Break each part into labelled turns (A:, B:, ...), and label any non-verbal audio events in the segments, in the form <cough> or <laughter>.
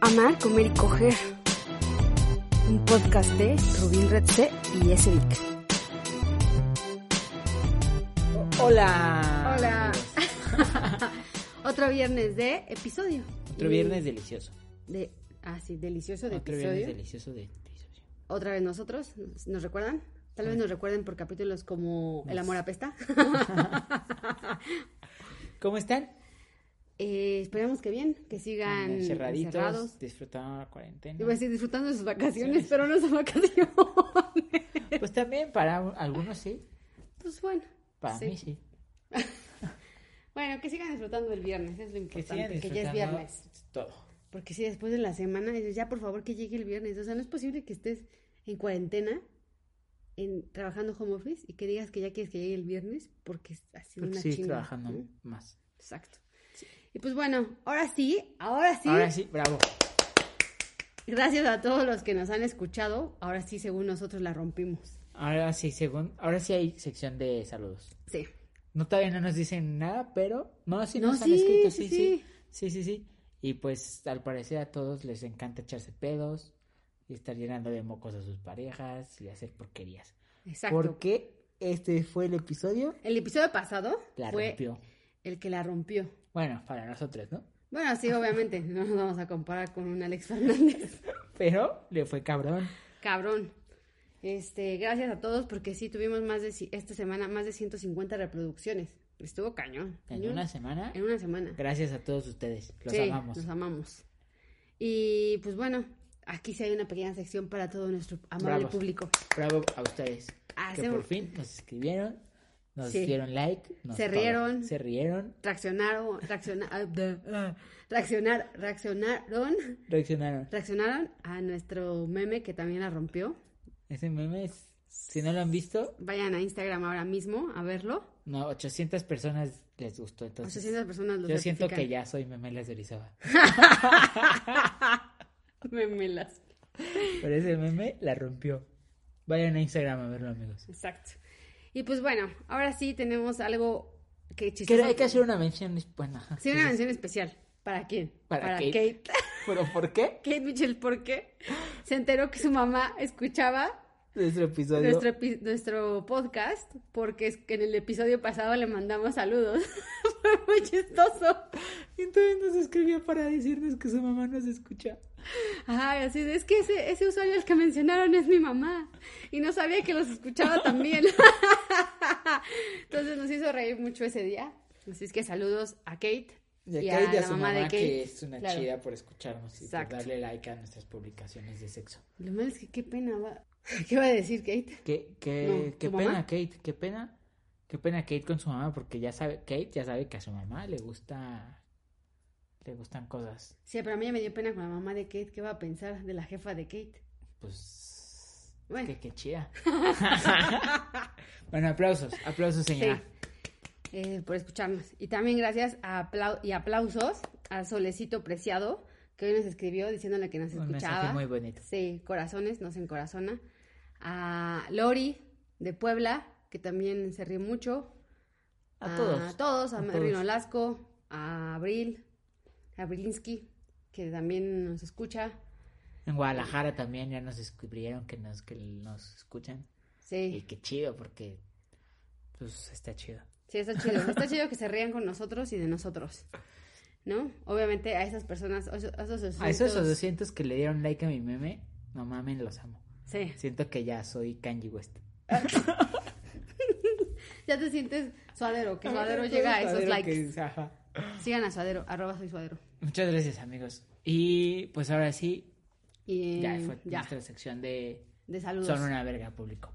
A: Amar, comer y coger. Un podcast de Rubín Redse y Esevic.
B: Hola.
A: Hola.
B: amigos.
A: <laughs> Otro viernes de episodio.
B: Otro
A: Y
B: viernes delicioso.
A: De, ah, sí, delicioso de
B: Otro
A: episodio.
B: viernes delicioso de episodio.
A: Otra vez nosotros, ¿nos- ¿nos recuerdan? Tal vez nos recuerden por capítulos como El amor apesta. <laughs>
B: ¿Cómo están?
A: Eh, esperamos que bien, que sigan
B: Andan Cerraditos,
A: encerrados. Pues-
B: disfrutando la cuarentena.
A: Iba a decir disfrutando de sus vacaciones, pero no son vacaciones. <laughs>
B: Pues también para un- algunos sí,
A: Pues bueno.
B: para
A: sí.
B: mí sí.
A: Bueno, que sigan disfrutando el viernes, es lo importante,
B: sigan
A: que, ya es
B: disfrutando
A: viernes.
B: Todo.
A: Porque si después de la semana dices, ya por favor que llegue el viernes. O sea, no es posible que estés en cuarentena, en, trabajando home office y que digas que ya quieres que llegue el viernes porque ha sido
B: Porque
A: una
B: sí,
A: chinga,
B: trabajando
A: ¿no?
B: más.
A: Exacto. Y pues bueno, ahora sí, ahora sí,
B: Ahora sí, bravo.
A: gracias a todos los que nos han escuchado, ahora sí, según nosotros, la rompimos.
B: Ahora sí, según, ahora sí hay sección de saludos.
A: Sí.
B: No todavía no nos dicen nada, pero no, sí
A: No,
B: nos
A: sí,
B: han escrito,
A: sí,
B: sí, sí, sí, sí, sí. Y pues al parecer a todos les encanta echarse pedos y estar llenando de mocos a sus parejas y hacer porquerías.
A: Exacto.
B: Porque este fue el episodio
A: El episodio pasado
B: la
A: fue
B: rompió.
A: el que la rompió.
B: Bueno, para nosotros, ¿no?
A: Bueno, sí, obviamente, <laughs> no nos vamos a comparar con un Alex
B: <laughs>
A: Fernández.
B: Pero le fue cabrón.
A: Cabrón. Este, gracias a todos porque sí tuvimos más de ci- esta semana más de 150 reproducciones. Estuvo cañón.
B: En
A: cañón.
B: una semana.
A: en una semana.
B: Gracias a todos ustedes. Los
A: Sí,
B: amamos.
A: Los amamos. Y pues bueno, aquí sí hay una pequeña sección para todo nuestro amable
B: Bravos.
A: público.
B: Bravo a ustedes. Que
A: Hacemos-
B: por fin nos escribieron, nos
A: Ah, Sí.
B: dieron like, nos
A: Se
B: todo.
A: rieron.
B: Se rieron,
A: Traccionaron, <laughs> traccionaron, reaccionaron, reaccionaron,
B: reaccionaron.
A: reaccionaron a nuestro meme que también la rompió.
B: Ese meme es- si no lo han visto,
A: Vayan a Instagram ahora mismo a verlo.
B: no, 800 personas les gustó. Entonces,
A: 800 personas lo
B: yo siento
A: certifican.
B: que ya soy memelas de Orizaba.
A: <laughs> Memelas.
B: Pero ese meme la rompió. Vayan a Instagram a verlo, amigos.
A: Exacto. Y pues bueno, ahora sí tenemos algo que
B: Que
A: chistoso.
B: hay que hacer una mención. es- Bueno, ajá,
A: Sí, una mención especial. ¿Para quién?
B: Para Kate. ¿Pero por qué?
A: <laughs> Kate Mitchell, porque se enteró que su mamá escuchaba
B: Nuestro episodio.
A: nuestro, epi- nuestro podcast, porque es que en el episodio pasado le mandamos saludos. <laughs> Fue muy chistoso.
B: Entonces nos escribió para decirnos que su mamá nos escucha.
A: Ay, así de, es que ese, ese usuario al que mencionaron es mi mamá. Y no sabía que los escuchaba también. <laughs> Entonces nos hizo reír mucho ese día. Así es que saludos a Kate.
B: Y a,
A: y
B: Kate y
A: a
B: a
A: la
B: su
A: mamá
B: mamá,
A: de Kate.
B: que es una
A: Claro.
B: chida por escucharnos y por
A: Exacto.
B: darle like a nuestras publicaciones de sexo.
A: Lo malo es que qué pena va. <laughs> ¿Qué va a decir Kate?
B: Qué, qué,
A: No,
B: qué
A: ¿su
B: pena,
A: mamá?
B: Kate, qué pena. Qué pena Kate con su mamá, porque ya sabe, Kate ya sabe que a su mamá le gusta, le gustan cosas.
A: Sí, pero a mí ya me dio pena con la mamá de Kate. ¿Qué va a pensar de la jefa de Kate?
B: Pues,
A: Bueno.
B: qué, qué
A: <laughs>
B: chida. <laughs> bueno, aplausos, aplausos, señora.
A: Eh, por escucharnos. Y también gracias a aplau- y aplausos a Solecito Preciado, que hoy nos escribió diciéndole que nos
B: Un
A: escuchaba.
B: mensaje muy bonito.
A: Sí, corazones, nos encorazona. A Lori de Puebla, que también se ríe mucho.
B: A todos.
A: Ah, A todos, a,
B: A
A: Merino
B: todos.
A: Lasco, a Abril, a Brilinski, que también nos escucha.
B: En Guadalajara también ya nos descubrieron que nos, que nos escuchan. Y
A: Sí,
B: qué chido, porque pues está chido.
A: sí, está chido. <laughs> Está chido que se rían con nosotros y de nosotros. ¿No? Obviamente a esas personas, a esos, a esos
B: A esos
A: asuntos-
B: 200 que le dieron like a mi meme, no mamen, los amo.
A: Sí.
B: Siento que ya soy Kanye West.
A: Ya te sientes suadero, que suadero llega a esos
B: Suadero
A: likes.
B: que es, ajá.
A: Sigan a suadero, arroba soy suadero.
B: Muchas gracias, amigos. Y pues ahora sí,
A: Y
B: ya fue
A: Mm, ya,
B: nuestra sección de
A: de saludos.
B: Son
A: <laughs>
B: una verga público.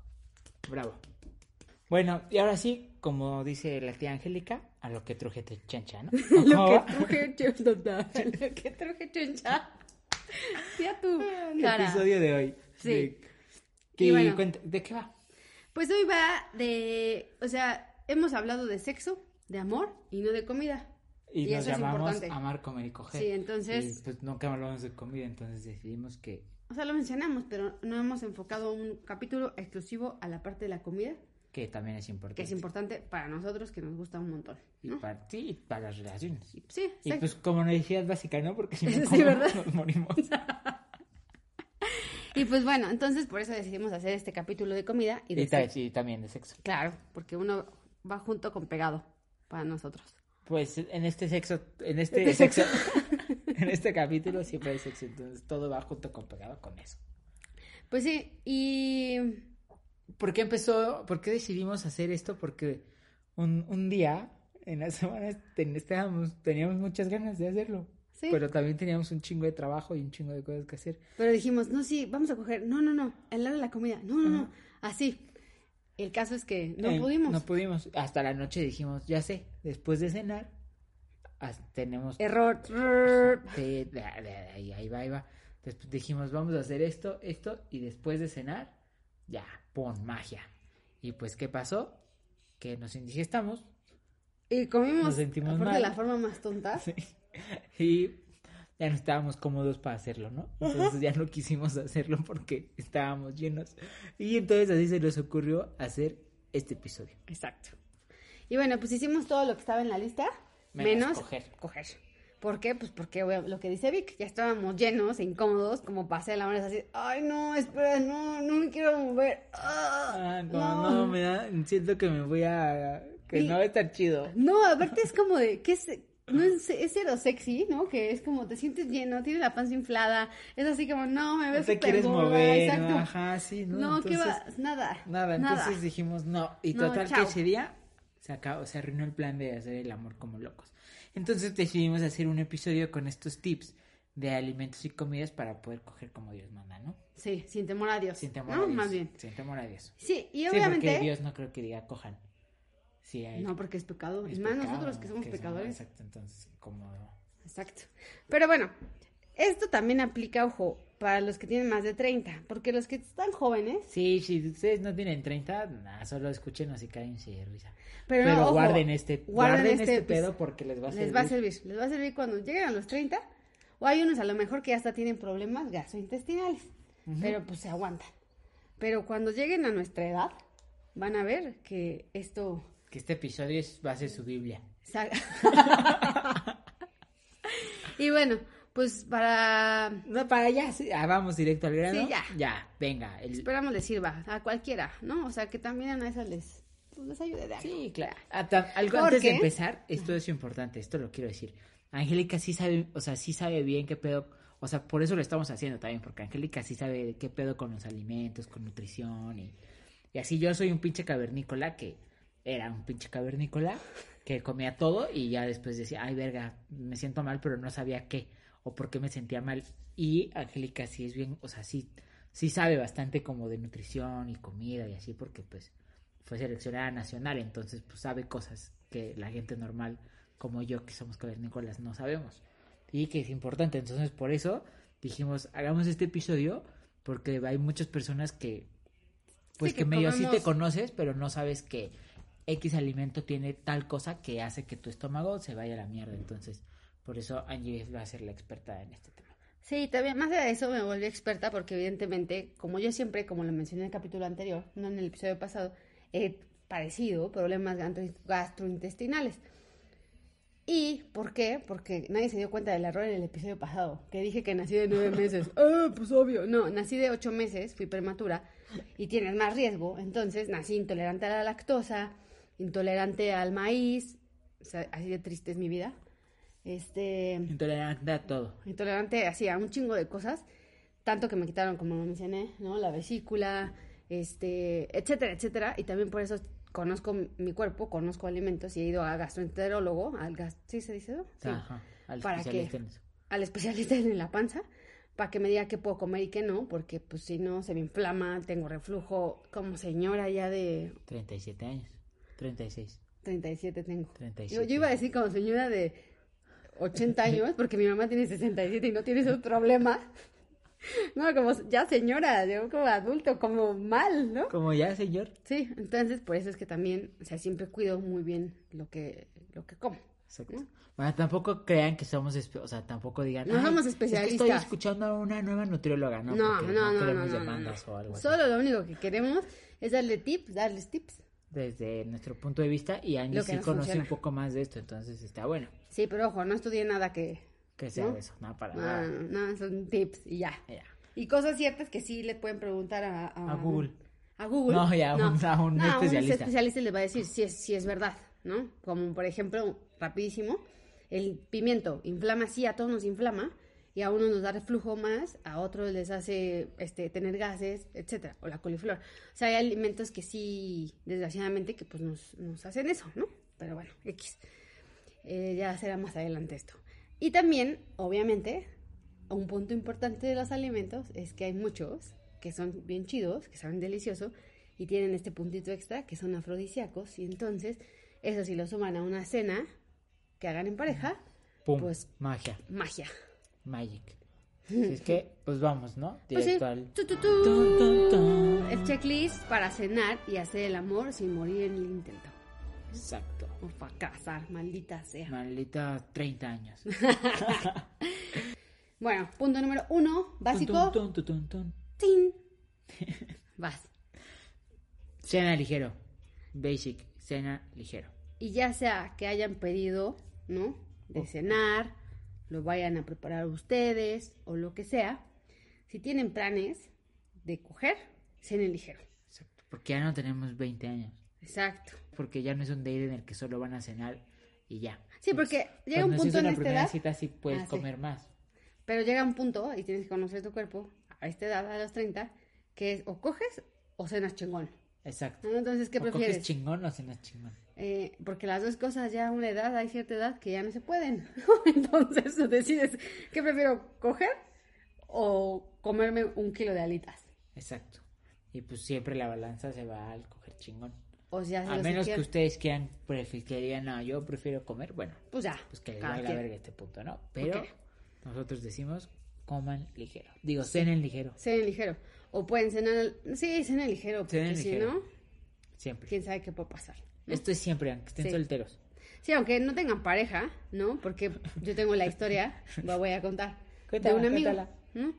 B: Bravo. Bueno, y ahora sí, como dice la tía Angélica, A lo que truje te chancha,
A: <laughs>
B: ¿no?
A: Lo que
B: Ojo.
A: truje <laughs> choncha. Lo que truje choncha. Sí, a tu
B: El
A: cara.
B: episodio de hoy.
A: Sí.
B: De,
A: Y
B: y
A: bueno.
B: cuenta- ¿De qué va?
A: Pues hoy va de. O sea, hemos hablado de sexo, de amor y no de comida.
B: Y,
A: Y
B: nos
A: eso es
B: llamamos
A: importante.
B: Amar, Comer y Coger.
A: Sí, entonces-
B: Y, pues nunca hablamos de comida, entonces decidimos que
A: O sea, lo mencionamos, pero no hemos enfocado un capítulo exclusivo a la parte de la comida,
B: que también es importante.
A: que es importante para nosotros, que nos gusta un montón.
B: Y para ti y para las relaciones.
A: Y- Sí,
B: Y
A: exacto.
B: pues como no decías básica, ¿no?
A: <laughs>
B: Porque si no
A: Sí,
B: ¿cómo
A: ¿verdad?
B: nos morimos.
A: Y pues bueno, entonces por eso decidimos hacer este capítulo de comida y de
B: Y, ta-
A: sexo.
B: y también de sexo.
A: Claro, porque uno va junto con pegado para nosotros.
B: Pues en este sexo, en este
A: Este
B: sexo, <laughs> en este capítulo siempre hay sexo, entonces todo va junto con pegado con eso.
A: Pues sí, y
B: ¿Por qué empezó? ¿Por qué decidimos hacer esto? Porque un, un día en las semanas ten- estábamos, teníamos muchas ganas de hacerlo.
A: Sí.
B: Pero también teníamos un chingo de trabajo y un chingo de cosas que hacer.
A: pero dijimos, no, sí, vamos a coger, no, no, no, al lado de la comida, no, no, no, así. El caso es que no
B: Eh,
A: pudimos.
B: No pudimos. Hasta la noche dijimos, ya sé, después de cenar, as- tenemos...
A: Error.
B: Sí, de- de- de- ahí, ahí va, ahí va. Después dijimos, vamos a hacer esto, esto, y después de cenar, ya, pon magia. Y pues, ¿qué pasó? Que nos indigestamos
A: Y comimos
B: Nos sentimos
A: aparte de
B: mal.
A: la forma más tonta.
B: y ya no estábamos cómodos para hacerlo, ¿no? Entonces ya no quisimos hacerlo porque estábamos llenos. Y entonces así se les ocurrió hacer este episodio.
A: Exacto. Y bueno, pues hicimos todo lo que estaba en la lista, menos,
B: Menos coger.
A: ¿Por qué? Pues porque obvio, lo que dice Vic, ya estábamos llenos, e incómodos, como pasé la hora es así, ay no, espera, no, no me quiero mover. ah,
B: Ah, como no, me da, siento que me voy a... que
A: Y-
B: no va a estar chido.
A: No, aparte es como de, que es, no es, es cero sexy, ¿no? Que es como te sientes lleno, tienes la panza inflada, es así como, no, me
B: No
A: ves
B: te
A: súper
B: quieres
A: gorda",
B: mover,
A: exacto.
B: ¿no? ajá, sí, ¿no?
A: no, ¿qué
B: Entonces-
A: va? Nada.
B: Nada, entonces dijimos no. Y
A: No,
B: total que
A: chao.
B: ese día se, acabó, se arruinó el plan de hacer el amor como locos. Entonces decidimos hacer un episodio con estos tips de alimentos y comidas para poder coger como Dios manda, ¿no?
A: Sí, sin temor a Dios.
B: Sin temor
A: ¿no?
B: a Dios.
A: Más bien.
B: Sin temor a Dios.
A: Sí, y
B: Sí,
A: obviamente...
B: porque Dios no creo que diga cojan. Sí, hay-
A: No, porque es pecado.
B: Eh, es
A: Es, más
B: pecado,
A: nosotros que somos pecadores.
B: Exacto, entonces como...
A: Exacto. Pero bueno, esto también aplica, ojo, para los que tienen más de 30. Porque los que están jóvenes,
B: Sí, si ustedes no tienen 30, nada, solo escúchenos y cállense de risa.
A: Pero
B: Pero,
A: no, ojo,
B: guarden este,
A: guarden
B: guarden
A: este
B: este,
A: episo-
B: pedo porque les va a
A: les
B: servir.
A: va a servir. Les va a servir cuando lleguen a los 30. O hay unos a lo mejor que hasta tienen problemas gastrointestinales. Pero pues se aguantan. Pero cuando lleguen a nuestra edad, van a ver que esto
B: Que este episodio es- va a ser su Biblia. <laughs>
A: Sa- <laughs> y bueno, pues para...
B: No, para allá, sí. Ah, vamos directo al grano.
A: Sí, ya.
B: venga. el-
A: Esperamos les sirva a cualquiera, ¿no? O sea, que también a esas les, pues, les ayude de algo.
B: Sí, claro. Ah, tam- algo
A: ¿Por
B: antes de
A: qué?
B: empezar, esto es importante, esto lo quiero decir. Angélica sí sabe, o sea, sí sabe bien qué pedo, o sea, por eso lo estamos haciendo también, porque Angélica sí sabe qué pedo con los alimentos, con nutrición y, y así yo soy un pinche cavernícola que era un pinche cavernícola que comía todo y ya después decía, ay verga, me siento mal, pero no sabía qué o por qué me sentía mal. Y Angélica sí es bien, o sea, sí, sí sabe bastante como de nutrición y comida y así, porque pues fue seleccionada nacional, entonces pues sabe cosas que la gente normal como yo que somos cavernícolas no sabemos y que es importante, entonces por eso dijimos hagamos este episodio porque hay muchas personas que pues
A: Sí,
B: que,
A: que
B: medio sí te
A: comemos-
B: conoces pero no sabes que X alimento tiene tal cosa que hace que tu estómago se vaya a la mierda, entonces por eso Angie va a ser la experta en este tema.
A: Sí, también más de eso me volví experta porque evidentemente, como yo siempre, como lo mencioné en el capítulo anterior, no en el episodio pasado, he padecido problemas gastro- gastrointestinales. ¿Y por qué? Porque nadie se dio cuenta del error en el episodio pasado, que dije que nací de nueve meses. Ah, pues obvio. No, nací de ocho meses, fui prematura y tienes más riesgo. Entonces nací intolerante a la lactosa, intolerante al maíz. O sea, así de triste es mi vida. Este
B: Intolerante a todo.
A: intolerante así a un chingo de cosas, tanto que me quitaron, como lo mencioné, ¿no? La vesícula, este, etcétera, etcétera, y también por eso conozco mi cuerpo, conozco alimentos y he ido a gastroenterólogo, al gas, ¿sí se dice eso? Sí.
B: Ajá, al
A: ¿Para qué?
B: especialista en eso.
A: Al especialista en la panza, para que me diga qué puedo comer y qué no, porque pues si no se me inflama, tengo reflujo, como señora ya de
B: 37 años, 36.
A: 37 tengo.
B: 37.
A: Yo, yo iba a decir como señora de
B: <laughs>
A: 80 años, porque mi mamá tiene 67 y no tiene esos problemas. No, como ya señora, yo como adulto, como mal, ¿no?
B: Como ya, señor.
A: Sí, entonces por eso es que también, o sea, siempre cuido muy bien lo que, lo que como.
B: Exacto. Bueno, tampoco crean que somos, espe- o sea, tampoco digan.
A: No
B: "Ay,
A: somos
B: es que estoy
A: especialistas".
B: escuchando a una nueva nutrióloga, ¿no?
A: No, no,
B: porque
A: no, no, no,
B: queremos
A: no,
B: demandas
A: no.
B: o algo así.
A: Solo lo único que queremos es darle tips, darles tips.
B: Desde nuestro punto de vista, y Angie
A: Lo que
B: sí
A: nos
B: conoce
A: funciona.
B: un poco más de esto, entonces está bueno
A: Sí, pero ojo, no estudié nada que...
B: que sea
A: ¿No? Ah.
B: de eso, Eh, no para
A: No,
B: nada.
A: no, son tips y ya.
B: Ya.
A: Y cosas ciertas que sí le pueden preguntar a... A,
B: A Google.
A: A Google.
B: No, ya, un- a un
A: No,
B: especialista.
A: especialista le va a decir si es, si es verdad, ¿no? Como, por ejemplo, rapidísimo, el pimiento inflama, sí, a todos nos inflama, y a unos nos da reflujo más, a otros les hace este, tener gases, etcétera, o la coliflor. O sea, hay alimentos que sí, desgraciadamente, que pues nos, nos hacen eso, ¿no? Pero bueno, X. Eh, ya será más adelante esto. Y también, obviamente, un punto importante de los alimentos es que hay muchos que son bien chidos, que saben delicioso y tienen este puntito extra que son afrodisíacos. Y entonces, eso si lo suman a una cena que hagan en pareja,
B: Pum,
A: pues
B: magia,
A: magia. <laughs>
B: magic. Así es que, pues vamos, ¿no?
A: Pues sí,
B: Directo al.
A: tu, tu, tu.
B: Tun, tun, tun.
A: El checklist para cenar y hacer el amor sin morir en el intento.
B: Exacto.
A: O fracasar, maldita sea.
B: Maldita
A: <laughs>
B: 30 años.
A: Bueno, punto número uno, básico.
B: Tun, tun, tun, tun, tun.
A: Tin. Vas.
B: Cena ligero. Basic, cena ligero.
A: Y ya sea que hayan pedido, ¿no? De cenar, lo vayan a preparar ustedes o lo que sea. Si tienen planes de coger, cenen ligero.
B: Exacto. Porque ya no tenemos 20 años.
A: Exacto.
B: Porque ya no es un date en el que solo van a cenar y ya. Pues,
A: Sí, porque llega un
B: cuando
A: punto en
B: haces una
A: esta
B: primera
A: edad-
B: cita sí puedes
A: Ah, sí.
B: comer más.
A: Pero llega un punto, y tienes que conocer tu cuerpo, a esta edad, a los 30, que es o coges o cenas chingón.
B: Exacto.
A: ¿no? Entonces, ¿qué
B: O coges
A: prefieres?
B: chingón o cenas chingón.
A: Eh, porque las dos cosas ya a una edad, hay cierta edad que ya no se pueden. <laughs> Entonces tú decides, ¿qué prefiero coger o comerme un kilo de alitas?
B: Exacto. Y pues siempre la balanza se va al coger chingón.
A: O sea, si
B: a
A: los
B: menos que
A: quieren-
B: ustedes quieran, prefi- que digan, no, yo prefiero comer, bueno,
A: Pues ya.
B: pues que les
A: cada
B: valga
A: quien.
B: verga este punto, ¿no? Pero
A: Ok.
B: nosotros decimos, coman ligero. Digo, cenen ligero.
A: Cenen ligero. O pueden cenar. al- Sí, cenen ligero. Porque
B: Cenen
A: si
B: ligero.
A: no,
B: Siempre.
A: quién sabe qué puede pasar.
B: Esto es siempre, aunque estén
A: Sí.
B: solteros.
A: Sí, aunque no tengan pareja, ¿no? Porque yo tengo la
B: <laughs>
A: historia, la voy a contar.
B: Cuéntala,
A: de un amigo.
B: cuéntala.
A: ¿no?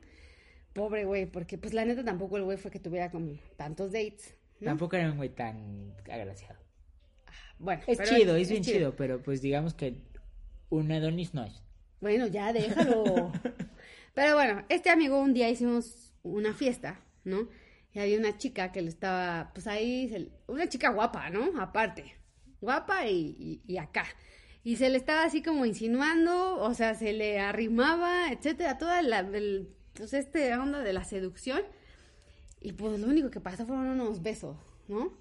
A: Pobre güey, porque pues la neta tampoco el güey fue que tuviera como tantos dates. ¿no?
B: Tampoco era un güey tan agraciado.
A: Bueno,
B: Es
A: pero
B: chido, es, bien chido. pero pues digamos que un Adonis no es.
A: Bueno, ya déjalo. Pero bueno, este amigo un día hicimos una fiesta, ¿no? Y había una chica que le estaba, pues ahí, se le- una chica guapa, ¿no? Aparte, guapa y, y- y acá. Y se le estaba así como insinuando, o sea, se le arrimaba, etcétera, toda la, el- pues este onda de la seducción. Y pues lo único que pasó fueron unos besos, ¿no?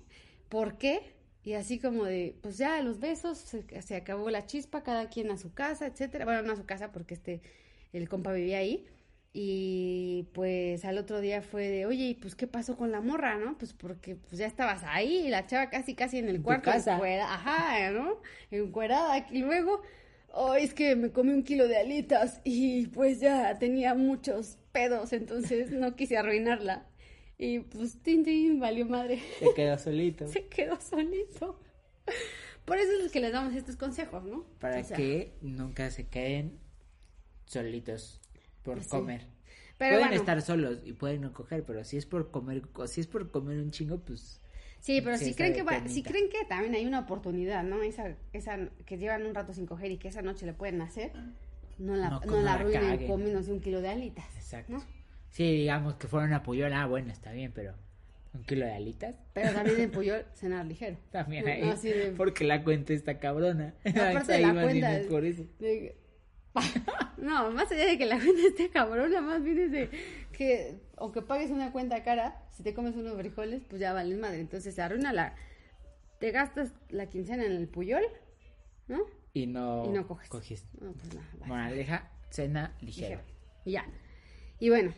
A: ¿Por qué? Y así como de, pues ya los besos, se, se acabó la chispa, cada quien a su casa, etcétera. Bueno, no a su casa porque este, el compa vivía ahí. Y pues al otro día fue de, oye, ¿y pues qué pasó con la morra, no? Pues porque pues ya estabas ahí, y la chava casi casi en el
B: tu
A: cuarto,
B: casa.
A: encuera- ajá, ¿no? Encuerada, y luego, oh, es que me comí un kilo de alitas y pues ya tenía muchos pedos, entonces no quise arruinarla. Y pues, tin, tin, valió madre. <laughs>
B: Se quedó solito.
A: Se quedó solito. Por eso es que les damos estos consejos, ¿no?
B: Para
A: O sea,
B: que nunca se queden solitos por comer.
A: Pues Pero
B: pueden
A: bueno.
B: estar solos y pueden no coger, pero si es por comer, o si es por comer un chingo, pues
A: Sí, pero
B: Sí,
A: si
B: esa
A: creen que va-
B: carnita.
A: si creen que también hay una oportunidad, ¿no? Esa, esa que llevan un rato sin coger y que esa noche le pueden hacer, no la, no,
B: No, como la
A: la arruinen
B: caguen.
A: comiéndose un kilo de alitas.
B: exacto.
A: ¿no?
B: Sí, digamos que fueron a Puyol, ah, bueno, está bien, pero un kilo de alitas
A: Pero también en Puyol cenar ligero.
B: también
A: No,
B: ahí.
A: no, así Ah, de-
B: Porque la cuenta está cabrona.
A: Aparte
B: <laughs> Ahí
A: de la
B: más bien
A: cuenta
B: es
A: es-
B: por eso.
A: de- <laughs> No, más allá de que la cuenta esté cabrona, más bien es de que aunque pagues una cuenta cara, si te comes unos frijoles, pues ya vales madre. Entonces se arruina la... Te gastas la quincena en el puyol, ¿no?
B: Y no,
A: Y no coges.
B: cogiste.
A: No, pues nada, vale.
B: Moraleja, cena ligera.
A: Ligero. Y ya. Y bueno,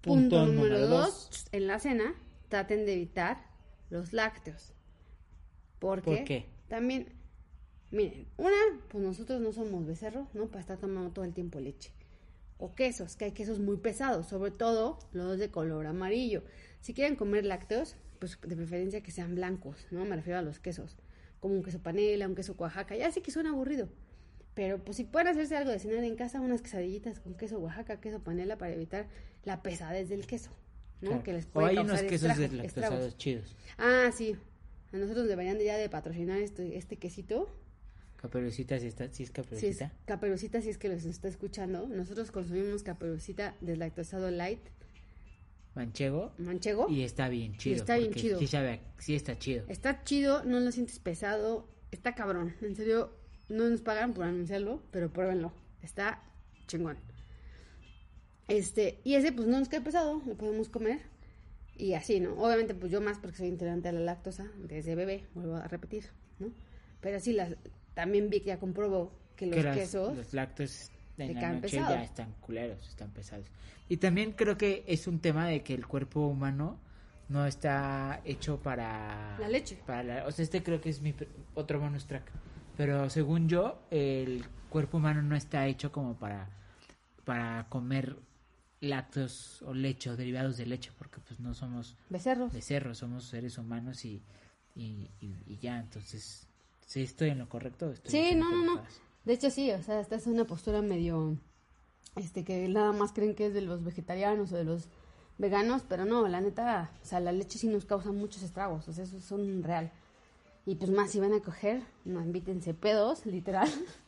A: punto,
B: Punto
A: número
B: número
A: dos,
B: dos.
A: en la cena, traten de evitar los lácteos. Porque
B: ¿Por qué?
A: también Miren, una, pues nosotros no somos becerros, ¿no? Para estar tomando todo el tiempo leche. O quesos, que hay quesos muy pesados, sobre todo los de color amarillo. Si quieren comer lácteos, pues de preferencia que sean blancos, ¿no? Me refiero a los quesos. Como un queso panela, un queso Oaxaca. Ya sé que suena aburrido. Pero pues si pueden hacerse algo de cenar en casa, unas quesadillitas con queso Oaxaca, queso panela, para evitar la pesadez del queso, ¿no?
B: Claro.
A: Que les
B: o
A: puede
B: hay
A: causar
B: unos quesos
A: estragos-
B: deslactosados
A: estragos.
B: chidos.
A: Ah, sí. A nosotros deberían de ya de patrocinar este, este quesito.
B: Caperucita, si, está, si es
A: Si es,
B: caperucita.
A: caperucita, si es que los está escuchando. Nosotros consumimos caperucita deslactosado light,
B: Manchego.
A: manchego.
B: Y está bien chido.
A: está bien
B: porque
A: chido.
B: Sí, sabe a- sí está chido.
A: Está chido, no lo sientes pesado. Está cabrón. En serio, no nos pagan por anunciarlo, pero pruébenlo. Está chingón. Este, y ese pues no nos cae pesado, lo podemos comer. Y así, ¿no? Obviamente, pues yo más porque soy intolerante a la lactosa desde bebé, vuelvo a repetir, ¿no? Pero sí, las, también Vic ya comprobó que los
B: que las-
A: quesos.
B: los lácteos
A: te
B: en la
A: caen
B: noche
A: pesados.
B: ya están culeros, están pesados. Y también creo que es un tema de que el cuerpo humano no está hecho para
A: La leche.
B: Para la- o sea, este creo que es mi pr- otro bonus track. Pero según yo, el cuerpo humano no está hecho como para para comer lácteos o leche o derivados de leche, porque pues no somos
A: Becerros.
B: becerros, somos seres humanos y, y, y- y ya, entonces, si estoy en lo correcto. Estoy
A: Sí,
B: haciendo
A: no, no, no.
B: pendejadas.
A: De hecho, sí, o sea, esta es una postura medio. Este, que nada más creen que es de los vegetarianos o de los veganos, pero no, la neta, o sea, la leche sí nos causa muchos estragos, o sea, eso es un real. Y pues más, si van a coger, no invítense pedos, literal, <laughs>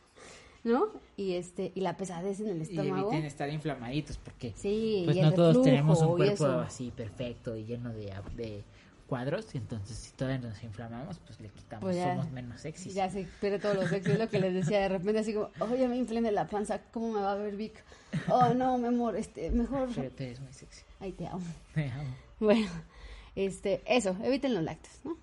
A: ¿no? Y este, y la pesadez en el
B: Y
A: estómago.
B: eviten estar inflamaditos porque
A: Sí,
B: pues
A: y el
B: no todos
A: reflujo
B: tenemos un
A: y
B: cuerpo
A: eso.
B: así perfecto y lleno de, de cuadros. Entonces, si todavía nos inflamamos, pues le quitamos,
A: Pues ya-
B: somos menos sexys.
A: Ya se pierde todos los sexos, es lo que les decía de repente, así como, oye, me inflen de la panza, ¿cómo me va a ver Vic? Oh, no, mi amor, este, mejor,
B: Pero tú eres muy sexy.
A: ahí te amo. <laughs>
B: Te amo.
A: Bueno, este, eso, eviten los lácteos, ¿no?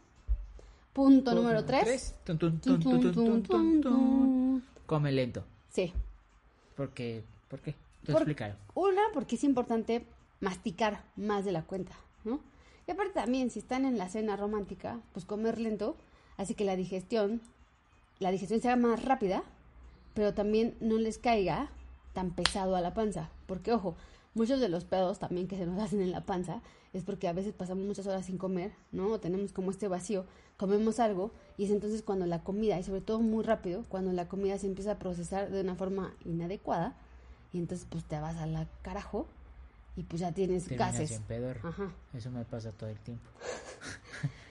A: Punto número tres.
B: Tun, tun,
A: Tun,
B: tun, tun,
A: tun,
B: tun,
A: tun,
B: tun,
A: tun,
B: tun.
A: tun.
B: Come lento.
A: Sí.
B: Porque, ¿Por qué? Tú
A: Por-
B: explícalo.
A: Una, porque es importante masticar más de la cuenta, ¿no? Y aparte también, si están en la cena romántica, pues comer lento hace que la digestión, la digestión sea más rápida, pero también no les caiga tan pesado a la panza. Porque, ojo, muchos de los pedos también que se nos <laughs> hacen en la panza es porque a veces pasamos muchas horas sin comer, ¿no? O tenemos como este vacío, comemos algo y es entonces cuando la comida, y sobre todo muy rápido, cuando la comida se empieza a procesar de una forma inadecuada, y entonces pues te vas a la carajo y pues ya tienes
B: Terminas
A: gases.
B: en pedorro.
A: Ajá.
B: Eso me pasa todo el tiempo.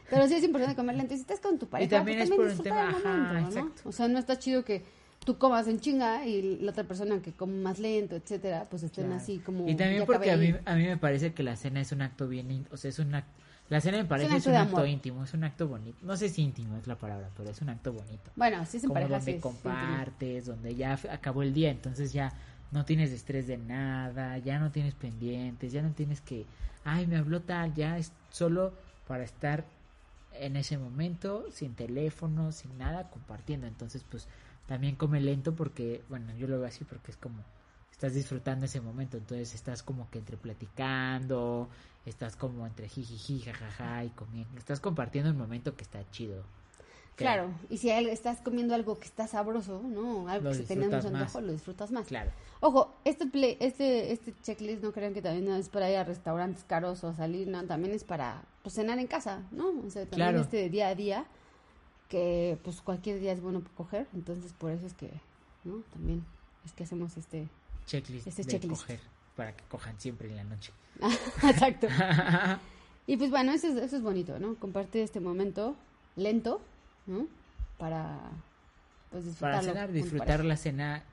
A: Pero sí es importante comer lento. Y si estás con tu pareja, pues
B: también
A: también,
B: es por un
A: disfrutar
B: tema,
A: el momento,
B: ajá,
A: ¿no?
B: exacto.
A: O sea, no está chido que tú comas en chinga y la otra persona que come más lento, etcétera, pues estén
B: Claro.
A: así como...
B: y también
A: "Ya
B: porque
A: acabé".
B: a mí, a mí me parece que la cena es un acto bien ín- o sea es un acto la cena me parece es
A: acto
B: un
A: de
B: acto
A: amor.
B: íntimo es un acto bonito no sé si íntimo es la palabra pero es un acto bonito
A: Bueno, sí es en
B: como
A: pareja, sí
B: donde
A: es íntimo.
B: compartes donde ya f- acabó el día entonces ya no tienes estrés de nada ya no tienes pendientes ya no tienes que ay me habló tal ya es solo para estar en ese momento sin teléfono sin nada compartiendo entonces pues también come lento porque bueno yo lo veo así porque es como estás disfrutando ese momento, entonces estás como que entre platicando, estás como entre jijiji, jajaja y comiendo, estás compartiendo un momento que está chido. creo.
A: Claro, y si al- estás comiendo algo que está sabroso, ¿no? Algo
B: Lo
A: que si tenemos
B: disfrutas más.
A: antojo, lo disfrutas más.
B: Claro.
A: Ojo, este play, este, este checklist no crean que también es para ir a restaurantes caros o salir, no, también es para pues, cenar en casa, ¿no? O sea, también
B: Claro.
A: este de día a día, que pues cualquier día es bueno coger, entonces por eso es que, ¿no? También es que hacemos este... <laughs>
B: Checklist
A: Este
B: de
A: checklist.
B: coger para que cojan siempre en la noche.
A: Exacto. Y pues bueno, eso es, eso es bonito, ¿no? Compartir este momento lento, ¿no? Para pues
B: para
A: disfrutarlo.
B: cenar,
A: con tu
B: disfrutar la cena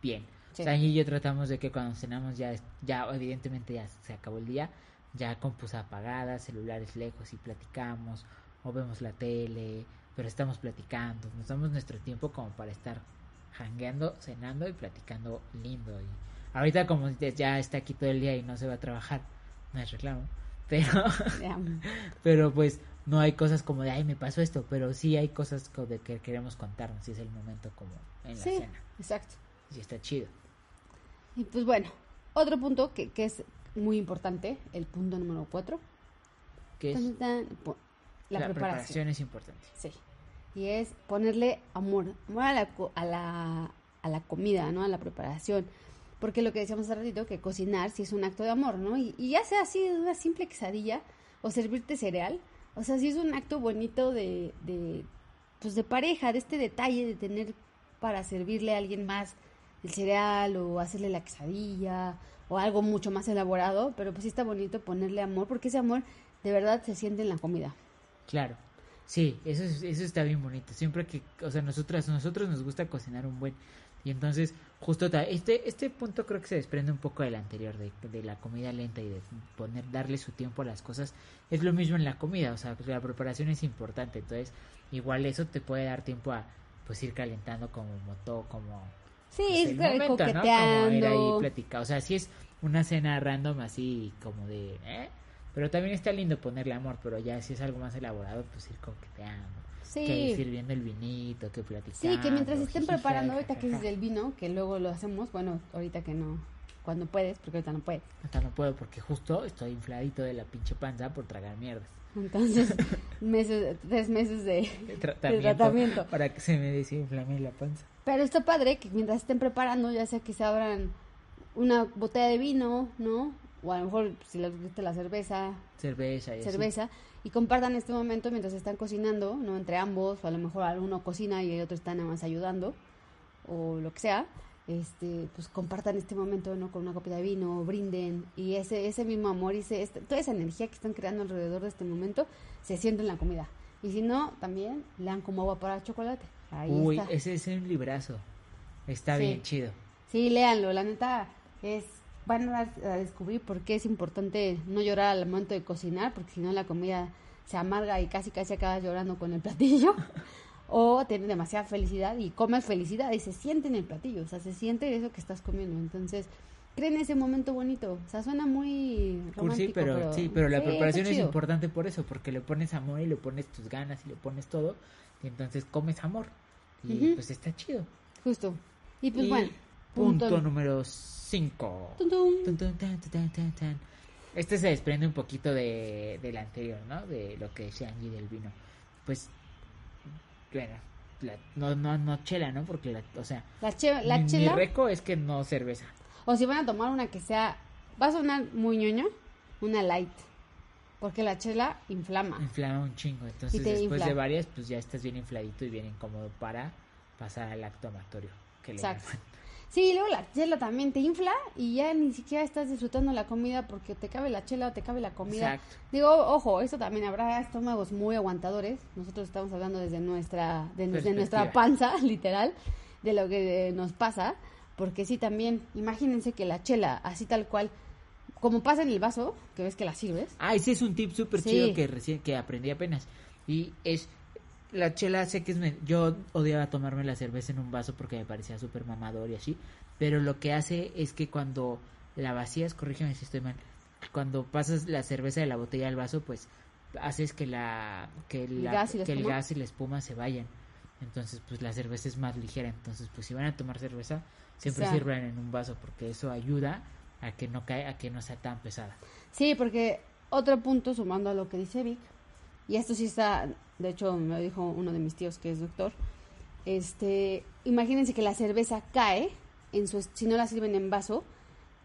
B: bien.
A: Sí.
B: O sea, Angie y yo tratamos de que cuando cenamos ya, es- ya evidentemente ya se acabó el día, ya con pus apagada, celulares lejos y platicamos o vemos la tele, pero estamos platicando, nos damos nuestro tiempo como para estar jangueando, cenando y platicando lindo. Y ahorita como dices, ya está aquí todo el día y no se va a trabajar, no es reclamo, pero <laughs>
A: pareja. Ya.
B: pero pues no hay cosas como de, ay, me pasó esto, pero sí hay cosas co- de que queremos contarnos y es el momento como en la
A: Sí,
B: cena.
A: exacto.
B: Y está chido.
A: Y pues bueno, otro punto que, que es muy importante, el punto número cuatro.
B: Que es,
A: Tan, tan, po- La, preparación.
B: es importante.
A: Sí. Y es ponerle amor, amor a la, co- a la, a la comida, ¿no? A la preparación. Porque lo que decíamos hace ratito, que cocinar sí es un acto de amor, ¿no? Y, y ya sea así de una simple quesadilla o servirte cereal, o sea, sí es un acto bonito de, de, pues de pareja, de este detalle de tener para servirle a alguien más el cereal o hacerle la quesadilla o algo mucho más elaborado, pero pues sí está bonito ponerle amor, porque ese amor de verdad se siente en la comida.
B: Claro. Sí, eso, es- eso está bien bonito. Siempre que, o sea, nosotras, nosotros nos gusta cocinar un buen. Y entonces, justo ta- este, este punto creo que se desprende un poco del anterior, de, de la comida lenta y de poner, darle su tiempo a las cosas. Es lo mismo en la comida, o sea, la preparación es importante. Entonces, igual eso te puede dar tiempo a, pues, ir calentando como moto, como,
A: Sí,
B: pues,
A: es
B: el
A: como
B: momento, ¿no? Como ir ahí
A: coqueteando.
B: platicando. O sea, sí es una cena random así como de, ¿eh? Pero también está lindo ponerle amor, pero ya si es algo más elaborado, pues ir coqueteando. Que ir
A: sí,
B: sirviendo el vinito, que platicando.
A: sí, que mientras estén
B: jiji,
A: preparando
B: jajaja.
A: ahorita que es del vino, que luego lo hacemos, bueno, ahorita que no, cuando puedes, porque ahorita no puedes.
B: Hasta no puedo porque justo estoy infladito de la pinche panza por tragar mierdas.
A: Entonces, meses, tres meses de...
B: De tratamiento.
A: tratamiento.
B: Para que se me desinflame la panza.
A: Pero está padre que mientras estén preparando, ya sea que se abran una botella de vino, ¿no? O a lo mejor si les gusta la cerveza,
B: Cerveza y así.
A: cerveza y compartan este momento mientras están cocinando, ¿no? Entre ambos, o a lo mejor alguno cocina y el otro está nada más ayudando, o lo que sea, este, pues compartan este momento, ¿no? Con una copita de vino, brinden, y ese, ese mismo amor, y ese, este- toda esa energía que están creando alrededor de este momento, se siente en la comida. Y si no, también le dan como agua para chocolate. Ahí
B: Uy,
A: está.
B: ese es un librazo. Está
A: Sí.
B: bien chido.
A: Sí, léanlo, la neta es van a, a descubrir por qué es importante no llorar al momento de cocinar, porque si no la comida se amarga y casi casi acabas llorando con el platillo. <laughs> o tienes demasiada felicidad y comes felicidad y se siente en el platillo, o sea, se siente eso que estás comiendo. Entonces, creen ese momento bonito. O sea, suena muy
B: Cursi,
A: romántico,
B: pero, sí, pero la
A: está
B: preparación es
A: chido.
B: importante por eso, porque le pones amor y le pones tus ganas y le pones todo, y entonces comes amor. Y
A: Ujú.
B: pues está chido.
A: Justo. Y pues
B: Y
A: bueno,
B: punto,
A: punto.
B: número 5.
A: Tun, tun.
B: Este se desprende un poquito de, del anterior, ¿no? De lo que decía Angie del vino. Pues, bueno, la- no, no, no chela, ¿no? Porque, la, o sea,
A: La, che- la
B: mi- mi
A: chela.
B: reco es que no cerveza.
A: O si van a tomar una que sea, va a sonar muy ñoño, una light. Porque la chela inflama.
B: inflama un chingo. Entonces,
A: te
B: después
A: infla.
B: de varias, pues ya estás bien infladito y bien incómodo para pasar al acto amatorio. Que le
A: Exacto.
B: llaman.
A: Sí, y luego la chela también te infla y ya ni siquiera estás disfrutando la comida porque te cabe la chela o te cabe la comida.
B: Exacto.
A: Digo, ojo, esto también habrá estómagos muy aguantadores. Nosotros estamos hablando desde nuestra, de- desde
B: Perspectiva.
A: nuestra panza, <laughs> literal, de lo que eh, nos pasa. Porque sí, también, imagínense que la chela, así tal cual, como pasa en el vaso, que ves que la sirves,
B: Ah, ese es un tip súper
A: Sí.
B: chido que recién que aprendí apenas. Y es la chela sé que es me- yo odiaba tomarme la cerveza en un vaso porque me parecía súper mamador y así, pero lo que hace es que cuando la vacías, corrígeme si estoy mal, cuando pasas la cerveza de la botella al vaso, pues haces que la que, la-
A: gas y la
B: que el
A: espuma.
B: gas y la espuma se vayan. Entonces, pues la cerveza es más ligera, entonces pues si van a tomar cerveza, siempre
A: sea.
B: sirvan en un vaso porque eso ayuda a que no cae, a que no sea tan pesada.
A: Sí, porque otro punto sumando a lo que dice Vic, y esto sí está, de hecho me lo dijo uno de mis tíos que es doctor, este, imagínense que la cerveza cae, en su, si no la sirven en vaso,